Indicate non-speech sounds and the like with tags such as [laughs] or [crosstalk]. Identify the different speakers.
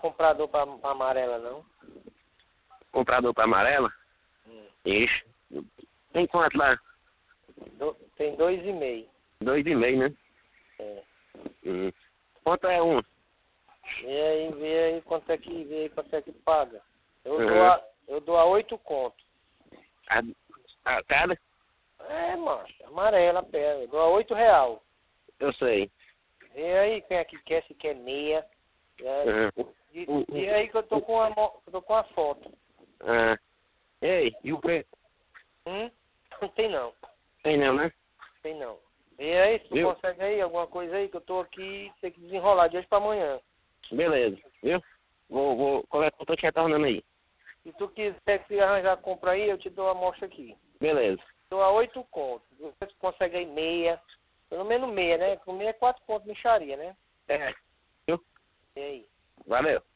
Speaker 1: comprador pra, pra amarela, não?
Speaker 2: Comprador pra amarela?
Speaker 1: Hum.
Speaker 2: Ixi. Tem quanto lá?
Speaker 1: Do- tem dois e meio.
Speaker 2: Dois e meio, né?
Speaker 1: É.
Speaker 2: Hum. Quanto é um?
Speaker 1: Vê aí, vê aí quanto é que vê aí quanto é que paga. Eu,
Speaker 2: Uhum.
Speaker 1: dou, a, eu dou a oito conto.
Speaker 2: A, a cada?
Speaker 1: É, macho, amarela, pera. Eu dou a oito real.
Speaker 2: Eu sei.
Speaker 1: Vê aí quem é que quer, se quer meia. É,
Speaker 2: Uhum.
Speaker 1: e,
Speaker 2: o-
Speaker 1: e aí que eu tô com a, mo- eu tô com a foto.
Speaker 2: Ah. Ei, e o preço?
Speaker 1: Hum? [laughs] Não tem não,
Speaker 2: Tem não, né?
Speaker 1: tem não. Vê aí se tu
Speaker 2: Viu?
Speaker 1: consegue aí alguma coisa aí, que eu tô aqui, tem que desenrolar de hoje pra amanhã.
Speaker 2: Beleza, viu? Vou, vou, qual é que eu tô te retornando aí?
Speaker 1: Se tu quiser se arranjar compra aí, eu te dou a mostra aqui.
Speaker 2: Beleza.
Speaker 1: Dou a oito conto. Você consegue aí meia. Pelo menos meia, né? Com meia é quatro conto mixaria, né?
Speaker 2: É,
Speaker 1: E aí?
Speaker 2: valeu.